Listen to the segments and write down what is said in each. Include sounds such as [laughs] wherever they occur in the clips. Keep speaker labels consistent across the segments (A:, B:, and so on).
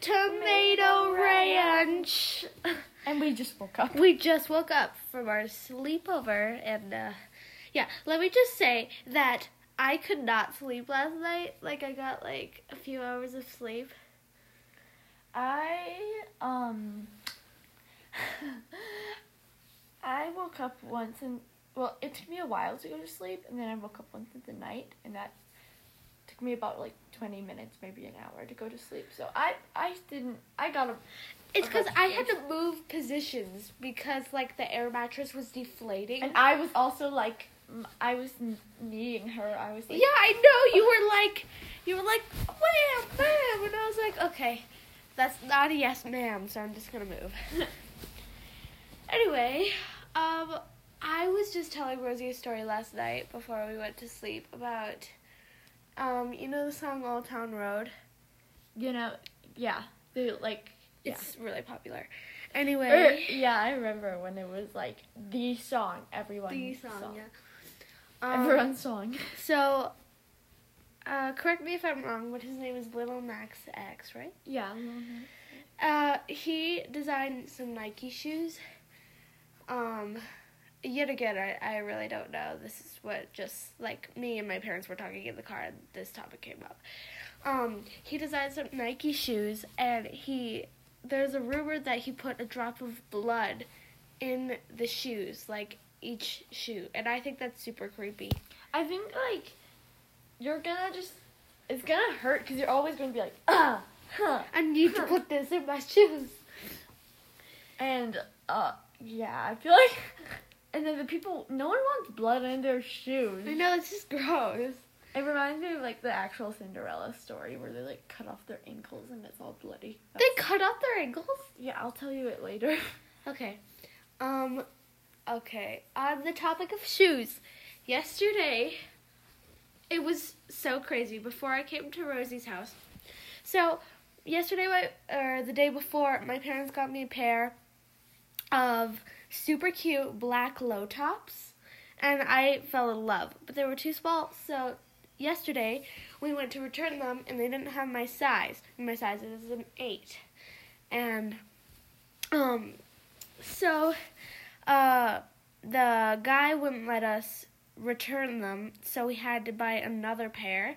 A: Tomato Ranch.
B: And we just woke
A: [laughs]
B: up.
A: We just woke up from our sleepover, and uh, yeah, let me just say that I could not sleep last night. Like, I got like a few hours of sleep.
B: I um I woke up once and well, it took me a while to go to sleep and then I woke up once in the night and that took me about like 20 minutes, maybe an hour to go to sleep. So I I didn't I got a
A: It's because
B: Okay.
A: I had to move positions because like the air mattress was deflating.
B: and I was also like m- I was n- kneeing her. I was like
A: yeah, I know you were like, you were like, wham, bam, and I was like, okay, that's not a yes, ma'am. So I'm just gonna
B: [laughs]
A: move. anyway, um, I was just telling Rosie a story last night before we went to sleep about, um, you know the song Old Town Road.
B: you know, yeah. They like yeah.
A: It's really popular.
B: Or-
A: Anyway,
B: yeah, I remember when it was like the song Er, everyone
A: the song, yeah. Um,
B: Everyone's song.
A: So, uh, correct me if I'm wrong, but his name is Little Max X, right?
B: Yeah.
A: Uh, he designed some Nike shoes. Um, yet again, I, I really don't know. This is what just like me and my parents were talking in the car, and this topic came up. Um, he designed some Nike shoes, and he there's a rumor that he put a drop of blood in the shoes, like each shoe, and I think that's super creepy.
B: I think like you're gonna just it's gonna hurt because you're always gonna be like ah huh
A: I need to put this in my shoes.
B: and uh yeah I feel like [laughs] and then the people no one wants blood in their shoes.
A: I know it's just gross.
B: It reminds me of like the actual Cinderella story where they like cut off their ankles and it's all bloody.
A: They
B: That's-
A: cut off their ankles.
B: yeah, I'll tell you it later.
A: Okay. Um okay. On the topic of shoes, yesterday it was so crazy before I came to Rosie's house. So, yesterday my, or the day before, my parents got me a pair of super cute black low tops and I fell in love, but they were too small, so yesterday we went to return them and they didn't have my size. My size is an 8. And um so, uh, the guy wouldn't let us return them, so we had to buy another pair.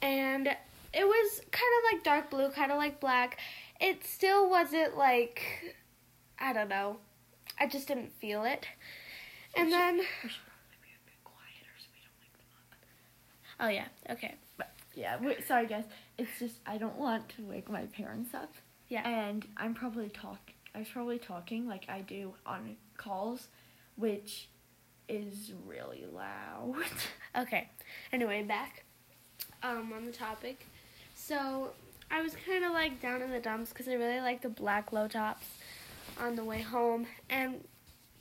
A: And it was kind of like dark blue, kind of like black. It still wasn't like, I don't know. I just didn't feel it. And then,
B: We should probably be a bit quieter so we don't wake
A: oh yeah,
B: them up.
A: okay.
B: Yeah, we, sorry guys. It's just I don't want to wake my parents up.
A: Yeah.
B: And I'm probably talk. I was probably talking like I do on calls, which is really loud. [laughs]
A: Okay. Anyway, back um, on the topic. So I was kind of like down in the dumps because I really like the black low tops on the way home. And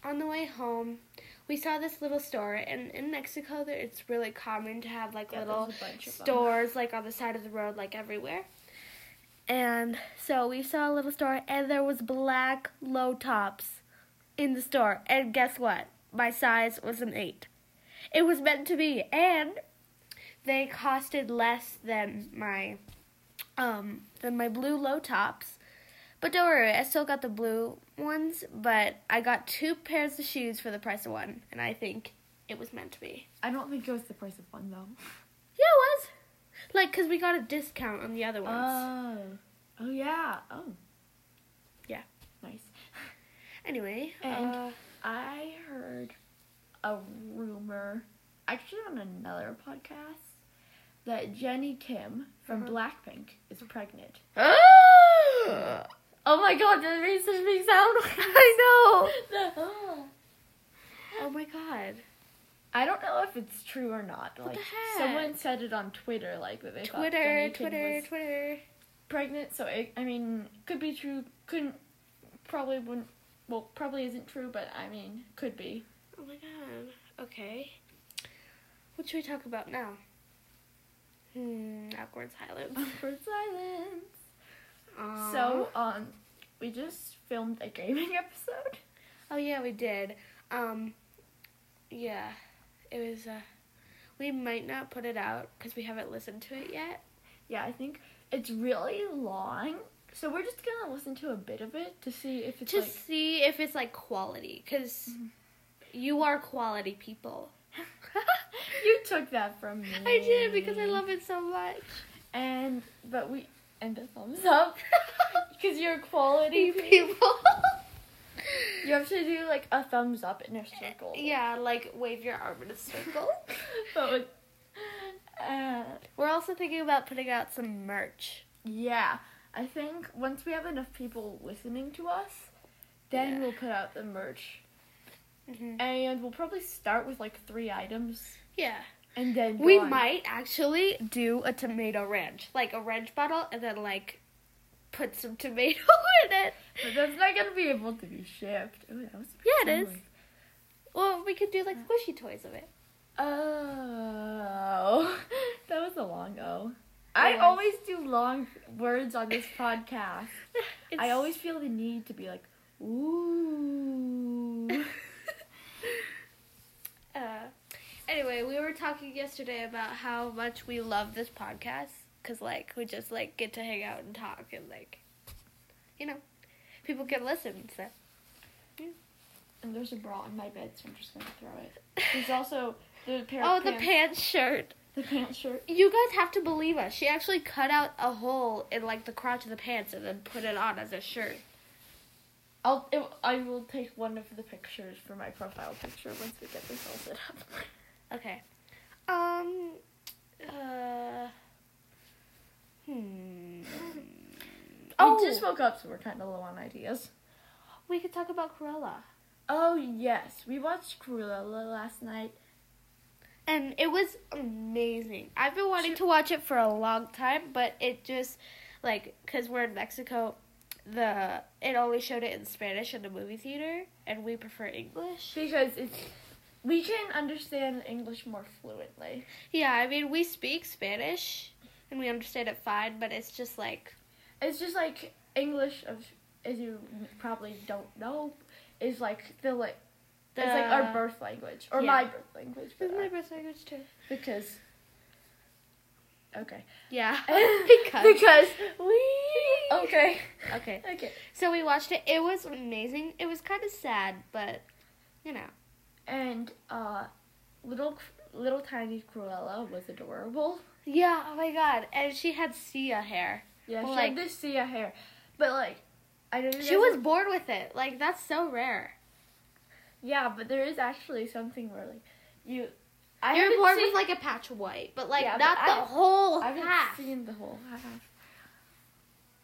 A: on the way home, we saw this little store. And in Mexico, there- it's really common to have like
B: Yeah, there's
A: little
B: a bunch of them.
A: stores like on the side of the road, like everywhere. And so we saw a little store, and there was black low tops in the store. And guess what? My size was an eight. It was meant to be, and they costed less than my um than my blue low tops. But don't worry, I still got the blue ones, but I got two pairs of shoes for the price of one, and I think it was meant to be.
B: I don't think it was the price of one though.
A: Yeah, it was. Like, cause we got a discount on the other ones.
B: Oh. Oh yeah. Oh.
A: Yeah.
B: Nice.
A: anyway, [gasps]
B: and- [laughs]
A: uh,
B: I heard a rumor, actually on another podcast, that Jenny Kim from
A: Uh-huh.
B: Blackpink is pregnant. Oh my god, that made such a big sound. [laughs]
A: I
B: know.
A: oh my god.
B: I don't know if it's true or not. Like
A: the heck?
B: someone said it on Twitter, like that they thought
A: Twitter,
B: Jenny Kim
A: Twitter,
B: was
A: Twitter.
B: pregnant. So it, I mean, could be true. Couldn't. Probably wouldn't. Well, probably isn't true, but I mean, could
A: [laughs]
B: be.
A: Oh my god. Okay. What should we talk about now? Hmm, awkward silence.
B: Awkward silence.
A: Aw.
B: So um, we just filmed a gaming [laughs] episode.
A: Oh yeah, we did. Um, yeah, it was. Uh, we might not put it out because we haven't listened to it yet.
B: yeah, I think it's really long. So we're just gonna listen to a bit of it to see if it's
A: to
B: like
A: see if it's like quality because you are quality people.
B: you took that from me.
A: I did because I love it so much.
B: And but we and a thumbs up
A: [laughs]
B: because you're quality. people.
A: people.
B: You have to do like a thumbs up in a circle.
A: yeah, like wave your arm in a circle.
B: [laughs] But with, uh,
A: We're also thinking about putting out some merch.
B: yeah, I think once we have enough people listening to us, then
A: Yeah.
B: we'll put out the merch, and we'll probably start with like three items,
A: Yeah.
B: and then go
A: We
B: on.
A: might actually do a tomato ranch, like a ranch bottle, and then like put some [laughs] tomato in it.
B: But that's not gonna be able to be shipped. Oh, that was
A: Yeah, it
B: pretty
A: is. Or we could do
B: Uh.
A: like squishy toys of it.
B: Oh, [laughs] that was a long O. I
A: Yes.
B: always do long words on this [laughs] podcast.
A: It's-
B: [laughs]
A: [laughs]
B: I always feel the need to be like, [laughs] ooh.
A: Uh, anyway, we were talking yesterday about how much we love this podcast because, like, we just like get to hang out and talk and like, you know, people can listen. So
B: and there's a bra on my bed, so I'm just gonna throw it. There's also [laughs] the pair
A: oh,
B: of
A: the
B: pants,
A: pants shirt.
B: the pants shirt.
A: You guys have to believe us. She actually cut out a hole in like the crotch of the pants and then put it on as a shirt.
B: I'll it, I will take one of the pictures for my profile picture once we get this all set up.
A: Okay. Um. Uh. Hmm.
B: Oh,
A: Oh,
B: we just woke up, so we're kind of low on ideas.
A: we could talk about Cruella.
B: Oh yes, we watched Cruella last night.
A: and it was amazing. I've been wanting to watch it for a long time, but it just like because we're in Mexico, the it only showed it in Spanish in the movie theater, and we prefer English.
B: Because it's we can understand English more fluently.
A: Yeah, I mean we speak Spanish and we understand it fine, but it's just like
B: It's just like English of as you probably don't know is like the like
A: the
B: it's like our birth language or
A: yeah.
B: my birth language
A: It's my
B: but, uh,
A: birth language too.
B: because okay [laughs]
A: Yeah, [laughs] because
B: because we okay
A: [laughs] okay.
B: okay
A: So we watched it. It was amazing. It was kind of sad, but you know.
B: and uh little Cr- little tiny Cruella was adorable.
A: Yeah. Oh my god. And she had Sia hair.
B: Yeah, she
A: Like-
B: had this see a hair, but like I don't.
A: She was born with it. Like that's so rare.
B: Yeah, but there is actually something where like you. I
A: You're
B: haven't
A: born
B: seen,
A: with like a patch of white, but like
B: Yeah, but
A: not
B: I-
A: the whole
B: I haven't
A: half.
B: seen the whole half.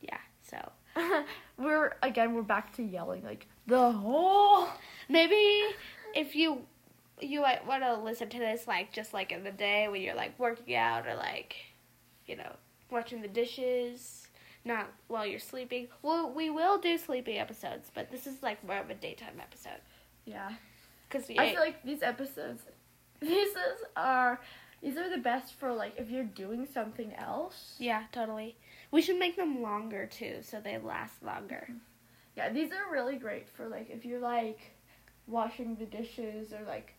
A: Yeah. So
B: [laughs] we're again. We're back to yelling like the whole.
A: maybe if you you might want to listen to this like just like in the day when you're like working out or like you know washing the dishes, not while you're sleeping. Well, we will do sleeping episodes, but this is like more of a daytime episode
B: Yeah,
A: because
B: I feel like these episodes, [laughs] these is- are, these are the best for like if you're doing something else.
A: yeah, totally. We should make them longer too, so they last longer.
B: Yeah, these are really great for like if you're like washing the dishes or like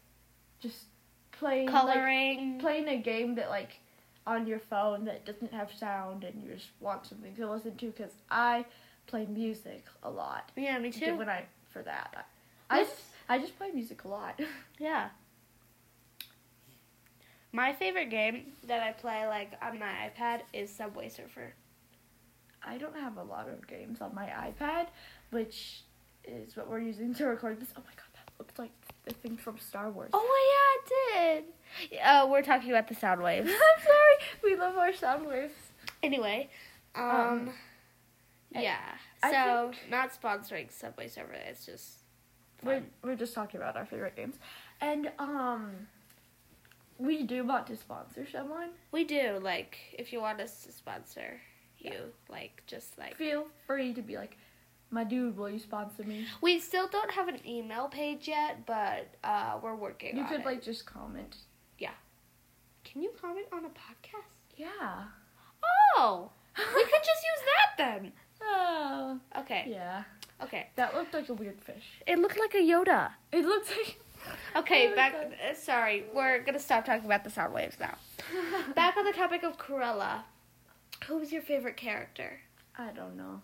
B: just playing like,
A: Coloring.
B: playing a game that like on your phone that doesn't have sound and you just want something to listen to because I play music a lot.
A: yeah, me too.
B: When I for that, I, I
A: Let's-
B: just I just play music a lot. [laughs]
A: Yeah. My favorite game that I play like on my iPad is Subway Surfer.
B: I don't have a lot of games on my iPad, which is what we're using to record this. Oh my god, that looks like the thing from Star Wars.
A: Oh yeah, it did. Uh, we're talking about the sound
B: [laughs]
A: [laughs]
B: I'm
A: waves.
B: sorry. We love our sound waves.
A: anyway, um,
B: Um, I-
A: yeah.
B: I
A: so not sponsoring Subway Surfer. It's just
B: We're,
A: fun.
B: we're just talking about our favorite games, and um, we do want to sponsor someone.
A: we do like if you want us to sponsor you, like just like
B: feel free to be like, my dude, will you sponsor me?
A: we still don't have an email page yet, but uh, we're working.
B: You
A: on
B: could
A: it.
B: like just comment.
A: Can you comment on a podcast?
B: Yeah.
A: Oh, we could just use that [laughs] then.
B: oh.
A: Okay.
B: Yeah.
A: Okay.
B: That looked like a weird fish.
A: It looked like a Yoda.
B: It looked like.
A: [laughs]
B: [laughs]
A: Okay,
B: Oh my
A: back.
B: God.
A: Uh, sorry, we're gonna stop talking about the sound waves now. Back on the topic of Cruella. Who was your favorite character?
B: [laughs] I don't know.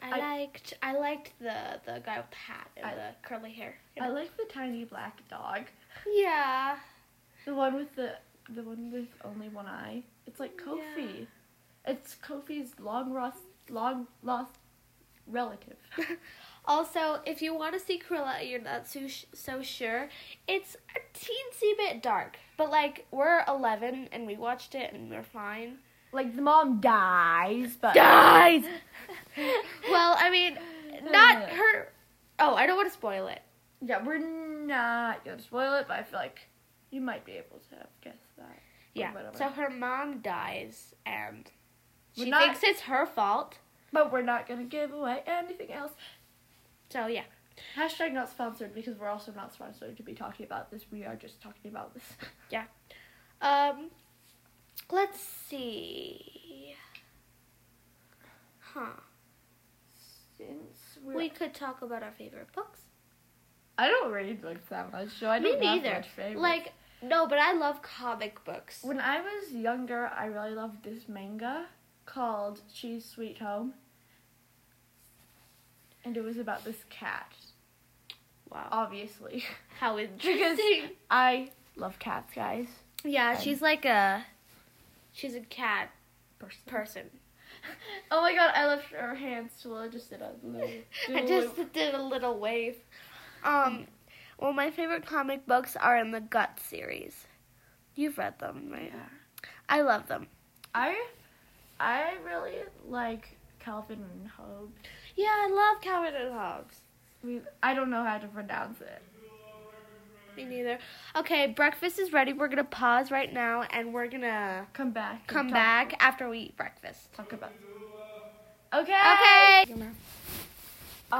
A: I,
B: I-
A: liked I liked the the guy with the hat and
B: I-
A: the curly hair.
B: I like the tiny black dog.
A: yeah.
B: The one with the the one with only one eye. It's like
A: Yeah.
B: Kofi. It's Kofi's long lost long lost relative.
A: Also, if you want to see Cruella, and you're not so, sh- so sure. It's a teensy bit dark, but like we're 11 and we watched it and we're fine. [laughs]
B: Like the mom dies, but
A: Dies! well, I [laughs] mean, not her. Oh, I don't want to spoil it.
B: Yeah, we're not gonna spoil it, but I feel like you might be able to have guessed that. or
A: Yeah.
B: whatever.
A: So her mom dies and
B: We're
A: she
B: not-
A: thinks it's her fault.
B: but we're not gonna give away anything else.
A: So yeah.
B: Hashtag not sponsored because we're also not sponsored to be talking about this. We are just talking about this. [laughs]
A: Um, let's see. Huh.
B: Since we're
A: We could talk about our favorite books.
B: I don't read books that much, so I
A: Me
B: don't
A: neither.
B: have much favorites.
A: Like, no, but I love comic books.
B: When I was younger, I really loved this manga called She's Sweet Home. And it was about this cat,
A: Wow.
B: obviously. [laughs]
A: How
B: because
A: interesting.
B: I love cats, guys.
A: [laughs] Yeah,
B: Um,
A: she's like a, she's a cat
B: Person. [laughs]
A: person. [laughs]
B: oh my god, I left her hands to I just did a [laughs] little. did
A: I
B: a
A: just
B: little-
A: did a little wave. [laughs] Um, well, my favorite comic books are in the Gut series. You've read them, right?
B: Yeah.
A: I love them.
B: I, I really like Calvin and Hobbes.
A: Yeah, I love Calvin and Hobbes.
B: We, I don't know how to pronounce it.
A: Me neither. Okay, breakfast is ready. We're gonna pause right now and we're gonna
B: Come back. and
A: come
B: talk-
A: back after we eat breakfast.
B: Talk about. Okay.
A: Okay.
B: Um,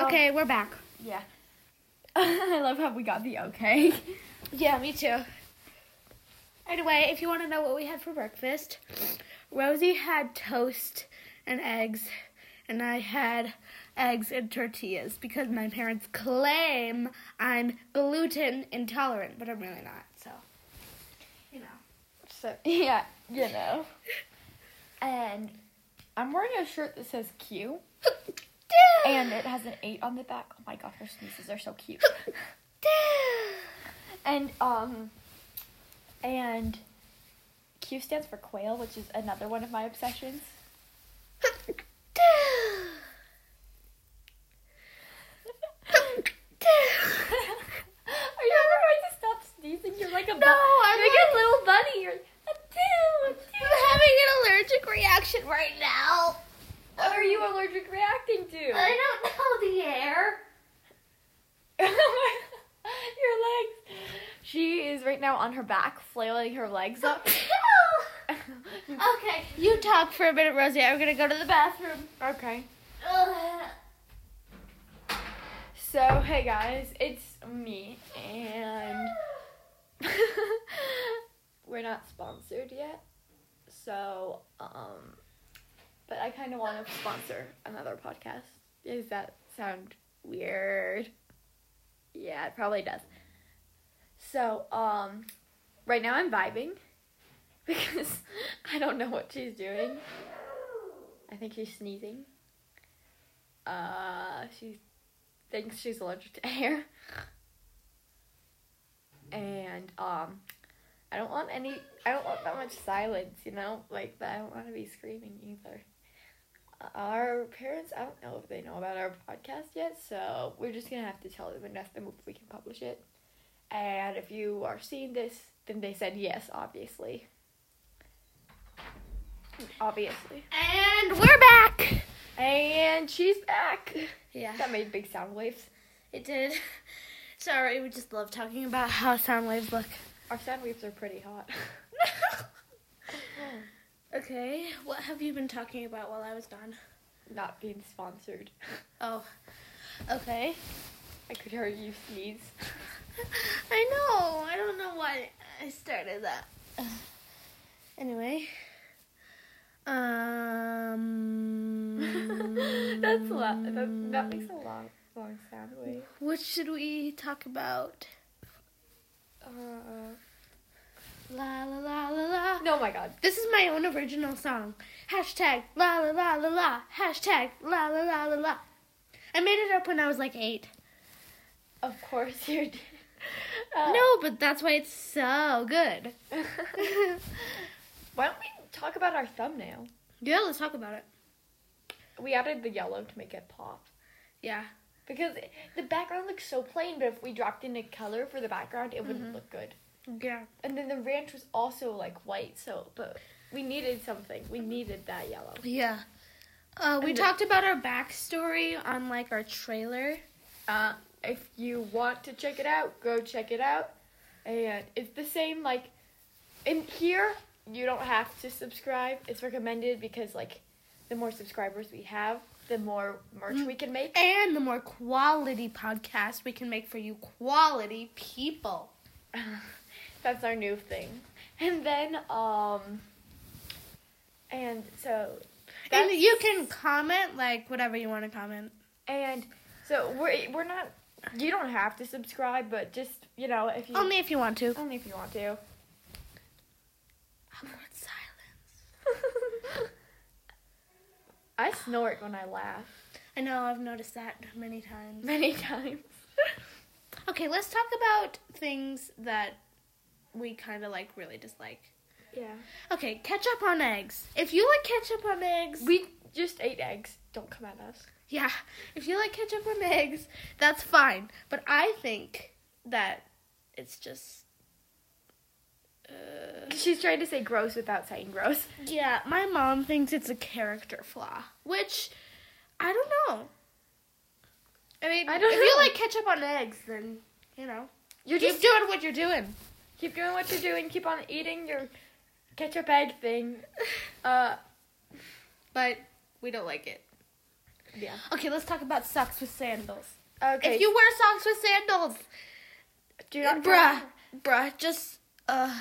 A: Okay, we're back.
B: Yeah. [laughs] I love how we got the okay. [laughs]
A: Yeah, me too. Anyway, if you want to know what we had for breakfast, Rosie had toast and eggs, and I had eggs and tortillas because my parents claim I'm gluten intolerant, but I'm really not. So, you know.
B: So yeah, you know. And I'm wearing a shirt that says Q, and it has an eight on the back. Oh my god, her sneezes are so cute. And um, and Q stands for quail, which is another one of my obsessions. [laughs] Are you ever going to stop sneezing? You're like a no,
A: I'm
B: like
A: not.
B: a little bunny. You're a two,
A: I'm having an allergic reaction right now.
B: What are you allergic reacting to? [laughs]
A: I don't know the air.
B: Your legs. She is right now on her back, flailing her legs [laughs] up.
A: okay, you talk for a minute, Rosie. I'm gonna go to the bathroom.
B: okay. So, hey guys, it's me, and [laughs] we're not sponsored yet. So, um, but I kind of want to sponsor another podcast. Does that sound weird? Yeah, it probably does. So, um, right now I'm vibing [laughs] because I don't know what she's doing. I think she's sneezing. Uh, she thinks she's allergic to air. And um I don't want any I don't want that much silence, you know? Like that I don't want to be screaming either. Our parents, I don't know if they know about our podcast yet, so we're just going to have to tell them and ask them if we can publish it. And if you are seeing this, then they said yes, obviously. Obviously.
A: And we're back.
B: And she's back.
A: Yeah,
B: That made big sound waves.
A: it did. Sorry, we just love talking about how sound waves [laughs] look.
B: Our sound waves are pretty hot.
A: okay, what have you been talking about while I was gone?
B: [gasps] Not being sponsored.
A: Oh, okay. [laughs]
B: I could hear you sneeze. [laughs]
A: I know. I don't know why I started that. Anyway. Um.
B: [laughs] that's a lot. That, that makes a long, long sound wave.
A: What should we talk about?
B: Uh,
A: La la la la la.
B: No, my God.
A: This is my own original song. Hashtag la la la la la. Hashtag la la la la la. I made it up when I was like eight.
B: Of course [laughs] you did. Uh,
A: no, but that's why it's so good. [laughs]
B: [laughs] Why don't we talk about our thumbnail?
A: yeah, let's talk about it.
B: We added the yellow to make it pop.
A: Yeah.
B: Because it- the background looks so plain, but if we dropped in a color for the background, it wouldn't look good.
A: Yeah.
B: And then the ranch was also like white, so but we needed something. We needed that yellow.
A: Yeah. Uh, we
B: And the-
A: talked about our backstory on like our trailer.
B: Uh, if you want to check it out, go check it out. And it's the same like in here you don't have to subscribe. It's recommended because like the more subscribers we have, the more merch we can make. [laughs]
A: And the more quality podcast we can make for you quality people.
B: That's our new thing. And then um and so
A: And
B: that's-
A: you can comment like whatever you want to comment.
B: and so we're we're not you don't have to subscribe, but just you know if you
A: Only if you want to.
B: only if you want to.
A: Awkward silence.
B: [laughs] I snort when I laugh [laughs]
A: I know I've noticed that many times.
B: many times.
A: Okay, let's talk about things that we kind of like really dislike.
B: Yeah.
A: Okay, ketchup on eggs. If you like ketchup on eggs,
B: We just ate eggs. Don't come at us.
A: Yeah, if you like ketchup on eggs, that's fine. But I think that it's just. Uh,
B: She's trying to say gross without saying gross.
A: yeah, my mom thinks it's a character flaw, which I don't know. I mean,
B: I don't
A: if
B: know.
A: you like ketchup on eggs, then you know
B: You're
A: keep
B: just
A: doing what you're doing.
B: keep doing what you're doing. Keep on eating your ketchup egg thing. Uh,
A: But we don't like it.
B: yeah.
A: Okay, let's talk about socks with sandals.
B: Okay.
A: If you wear socks with sandals,
B: do not
A: bruh,
B: Come,
A: bruh, just uh,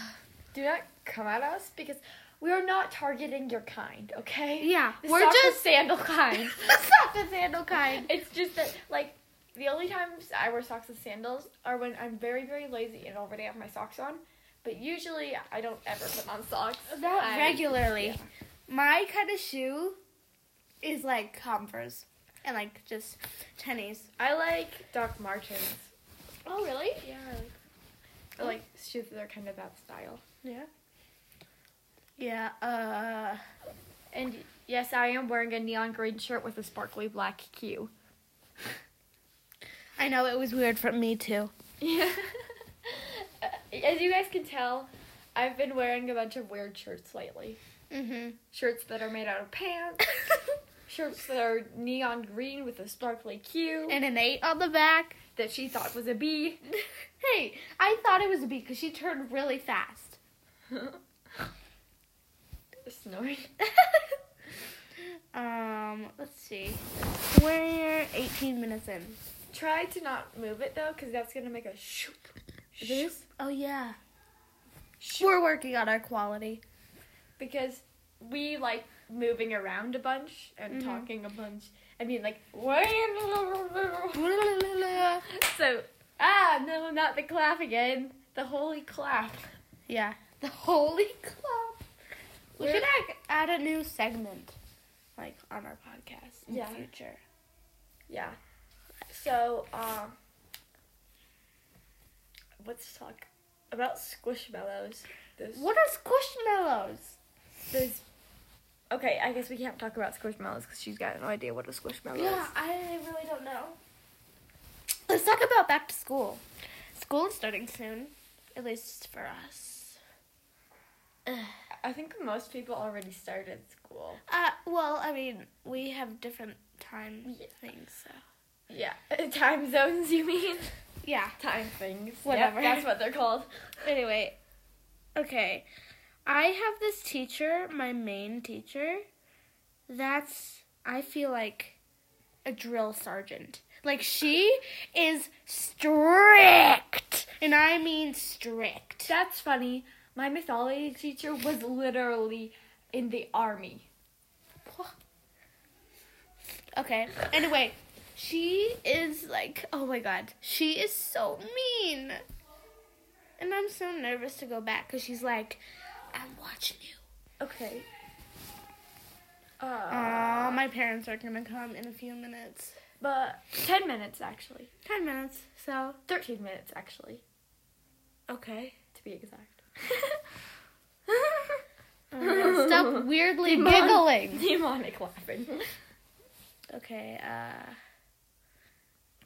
B: do not come at us because we are not targeting your kind. Okay.
A: yeah,
B: The
A: we're
B: sock with
A: just
B: sandal
A: [laughs]
B: kind.
A: sock with sandal kind.
B: It's just that, like, the only times I wear socks with sandals are when I'm very, very lazy and already have my socks on. But usually, I don't ever put on socks.
A: Not
B: I-
A: regularly.
B: yeah.
A: My kind of shoe is like Converse and like just tennies.
B: I like Doc Martens.
A: Oh really?
B: Yeah. I like shoes that are kind of that style.
A: Yeah. Yeah. Uh.
B: And yes, I am wearing a neon green shirt with a sparkly black [laughs] Q.
A: I know it was weird for me too.
B: Yeah. As you guys can tell, I've been wearing a bunch of weird shirts lately.
A: Mhm.
B: Shirts that are made out of pants. shirts that are neon green with a sparkly Q
A: [laughs] and an eight on the back.
B: that she thought was a bee. [laughs]
A: hey, I thought it was a bee because she turned really fast.
B: Snoring.
A: [laughs] um. Let's see. We're 18 minutes in.
B: Try to not move it though, because that's gonna make a shoop.
A: This? Oh yeah.
B: shoop,
A: We're working on our quality.
B: Because we like moving around a bunch and
A: Mhm.
B: talking a bunch. I mean, like, [laughs] so, ah, no, not the clap again. The holy clap.
A: [laughs] Yeah. The Holy Club. We
B: We're-
A: should ac- add a new segment, like on our podcast in
B: Yeah.
A: the future.
B: Yeah. So, um, let's talk about Squishmallows. Those,
A: What are squishmallows?
B: those- okay, I guess we can't talk about Squishmallows because she's got no idea what a Squishmallow is.
A: I really don't know. Let's talk about back to school. School is starting soon, at least for us.
B: I think most people already started school.
A: Uh, well, I mean, we have different time
B: Yeah.
A: things, so
B: Yeah. [laughs] Time zones, you mean?
A: yeah.
B: Time things.
A: Whatever.
B: Yep, that's what they're called.
A: Anyway, okay. I have this teacher, my main teacher, that's, I feel like, a drill sergeant. Like, she is strict. And I mean strict.
B: [laughs] That's funny. My mythology teacher was literally in the army.
A: Okay, anyway, she is like, oh my god, she is so mean. And I'm so nervous to go back because she's like, I'm watching you.
B: Okay.
A: Aw, my parents are gonna come in a few minutes.
B: but 10 minutes actually.
A: Ten minutes, so
B: 13 minutes actually,
A: [laughs] okay.
B: to be exact.
A: [laughs]
B: [laughs]
A: Stop weirdly
B: Demon-
A: giggling.
B: Demonic laughing.
A: Okay, uh,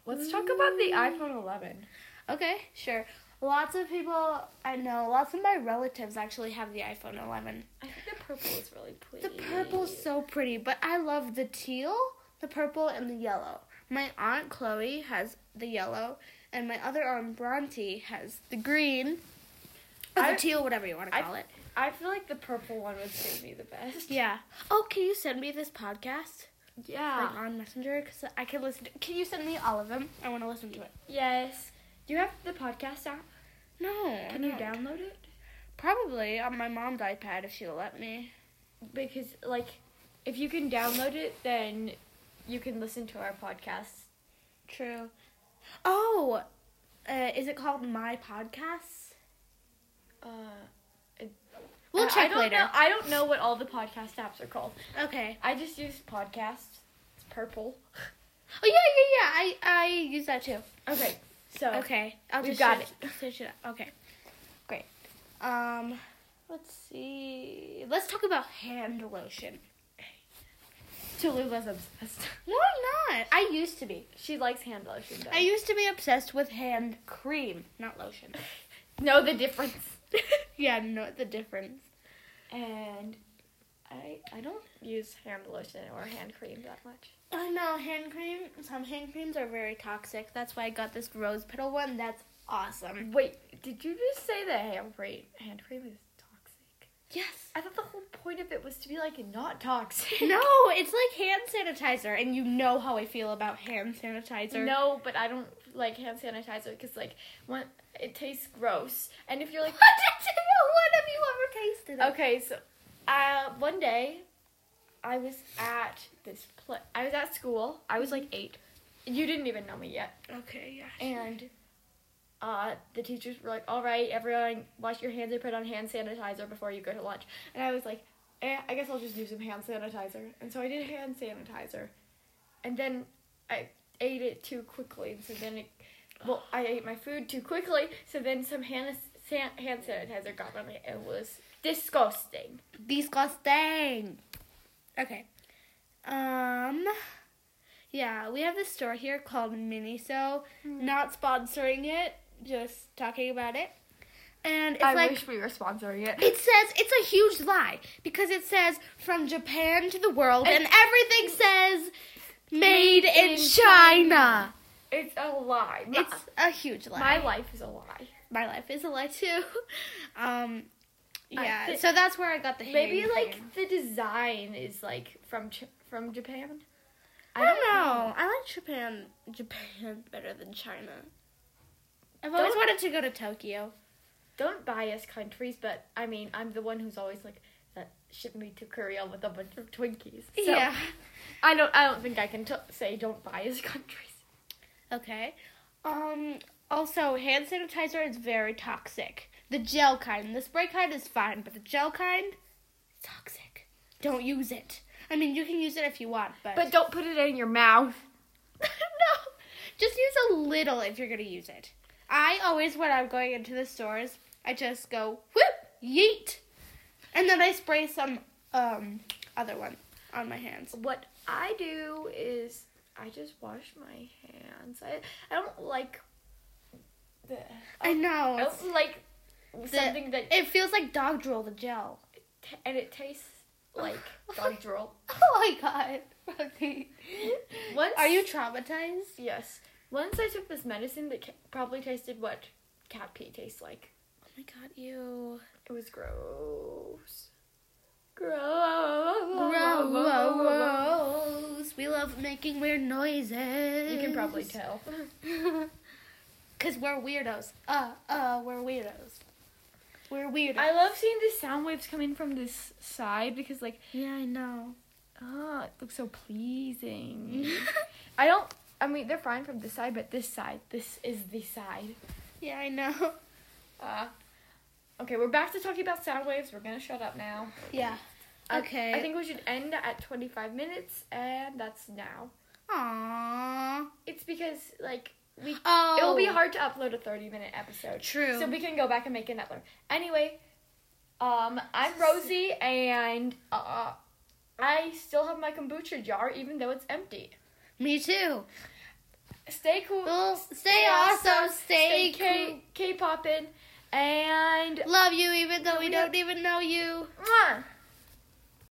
B: Let's talk about the iPhone 11.
A: okay, sure. Lots of people I know, lots of my relatives actually have the iPhone 11.
B: I think the purple is really pretty.
A: The purple's so pretty, but I love the teal, the purple, and the yellow. My aunt Chloe has the yellow, and my other aunt Bronte has the green, or the
B: I-
A: teal, whatever you want to
B: I-
A: call it.
B: I feel like the purple one would suit me the best.
A: Yeah. Oh, can you send me this podcast
B: Yeah.
A: like on Messenger? Cause I can listen. To, can you send me all of them? I want to listen to it.
B: Yes. Do you have the podcast app?
A: No.
B: Can
A: I
B: you
A: don't.
B: download it?
A: Probably on my mom's iPad if she'll let me.
B: Because like, if you can download it, then you can listen to our podcast.
A: True. Oh, uh, is it called My Podcasts? Uh,
B: Uh,
A: We'll
B: I- I
A: check
B: don't
A: later.
B: know- I don't know what all the podcast apps are called.
A: Okay.
B: I just use podcasts. It's purple. [laughs]
A: Oh yeah, yeah, yeah. I I use that too.
B: Okay. So
A: Okay, I'll
B: We've
A: just
B: got
A: search, Oh, it. Search it up. Okay, great. Um, let's see. Let's talk about hand lotion.
B: Tallulah's obsessed.
A: No, I'm not. I used to be.
B: [laughs] she likes hand lotion. Though.
A: I used to be obsessed with hand cream, not lotion. [laughs]
B: know the difference.
A: yeah, no, the difference.
B: and I I don't use hand lotion or hand cream that much.
A: I know hand cream. Some hand creams are very toxic. That's why I got this rose petal one. That's awesome.
B: Wait, did you just say that hand cream hand cream is toxic?
A: Yes.
B: I thought the whole point of it was to be like not toxic.
A: [laughs] No, it's like hand sanitizer, and you know how I feel about hand sanitizer. [laughs]
B: [laughs] No, but I don't like hand sanitizer because like when it tastes gross. And if you're like,
A: What have you ever tasted? it?
B: [laughs] okay, so uh, one day I was at this pla I was at school. I was like eight. You didn't even know me yet.
A: Okay, yeah.
B: And uh, the teachers were like, all right, everyone, wash your hands and put on hand sanitizer before you go to lunch. And I was like, eh, I guess I'll just do some hand sanitizer. And so I did hand sanitizer. And then I ate it too quickly. And so then it, well, I ate my food too quickly. So then some hand, san- hand sanitizer got on it. It was disgusting.
A: Disgusting. Okay. Um. Yeah, we have this store here called Miniso.
B: Hmm.
A: Not sponsoring it, just talking about it. And it's like
B: we were sponsoring it.
A: it says it's a huge lie because it says from Japan to the world, and,
B: And-
A: everything says made, in,
B: in
A: China.
B: It's a lie. My,
A: It's a huge lie.
B: my life is a lie.
A: my life is a lie too. [laughs] Um,
B: I
A: yeah.
B: thi-
A: so that's where I got the
B: Maybe
A: hand
B: like
A: cream.
B: the design is like from Ch- from Japan.
A: I don't know. I like Japan. Japan [laughs] better than China. I've always
B: Don't-
A: wanted to go to Tokyo.
B: Don't bias countries, but I mean, I'm the one who's always like that ship me to Korea with a bunch of Twinkies. So,
A: yeah.
B: I don't. I don't think I can t- say don't bias [laughs] countries.
A: Okay. Um. Also, hand sanitizer is very toxic. The gel kind. The spray kind is fine, but the gel kind, toxic. Don't use it. I mean, you can use it if you want, but
B: But don't put it in your mouth.
A: [laughs] no, just use a little if you're gonna use it. I always, when I'm going into the stores, I just go whoop, yeet, and then I spray some um other one on my hands.
B: What I do is I just wash my hands. I I don't like. The,
A: I know
B: I
A: it's-
B: don't like something that
A: it feels like dog drool, the gel. [laughs]
B: and it tastes [laughs] like dog drool.
A: Oh my god, Rosie.
B: Once
A: are you traumatized?
B: Yes. Once I took this medicine that ca- probably tasted what cat pee tastes like.
A: Oh my god, you.
B: It was gross. Gross.
A: Gross. We love making weird noises.
B: You can
A: [laughs]
B: probably tell.
A: Cause we're weirdos. Uh, uh, we're weirdos. We're weirdos.
B: I love seeing the sound waves coming from this side because, like,
A: yeah, I [laughs] know.
B: ah, it looks so pleasing.
A: [laughs]
B: I don't. I mean, they're fine from this side, but this side, this is the side.
A: yeah, I know.
B: Uh, okay, we're back to talking about sound waves. We're gonna shut up now.
A: Yeah.
B: I-
A: Okay.
B: I think we should end at 25 minutes, and that's now.
A: Aww.
B: It's because like we
A: Oh.
B: it'll be hard to upload a 30 minute episode.
A: True.
B: So we can go back and make another. Anyway, um, I'm Rosie, and uh, I still have my kombucha jar, even though it's empty.
A: Me too.
B: Stay cool.
A: Well, stay awesome. Stay,
B: K- K-poppin', and
A: cool. Love you even though we
B: we
A: don't even know you.
B: mwah.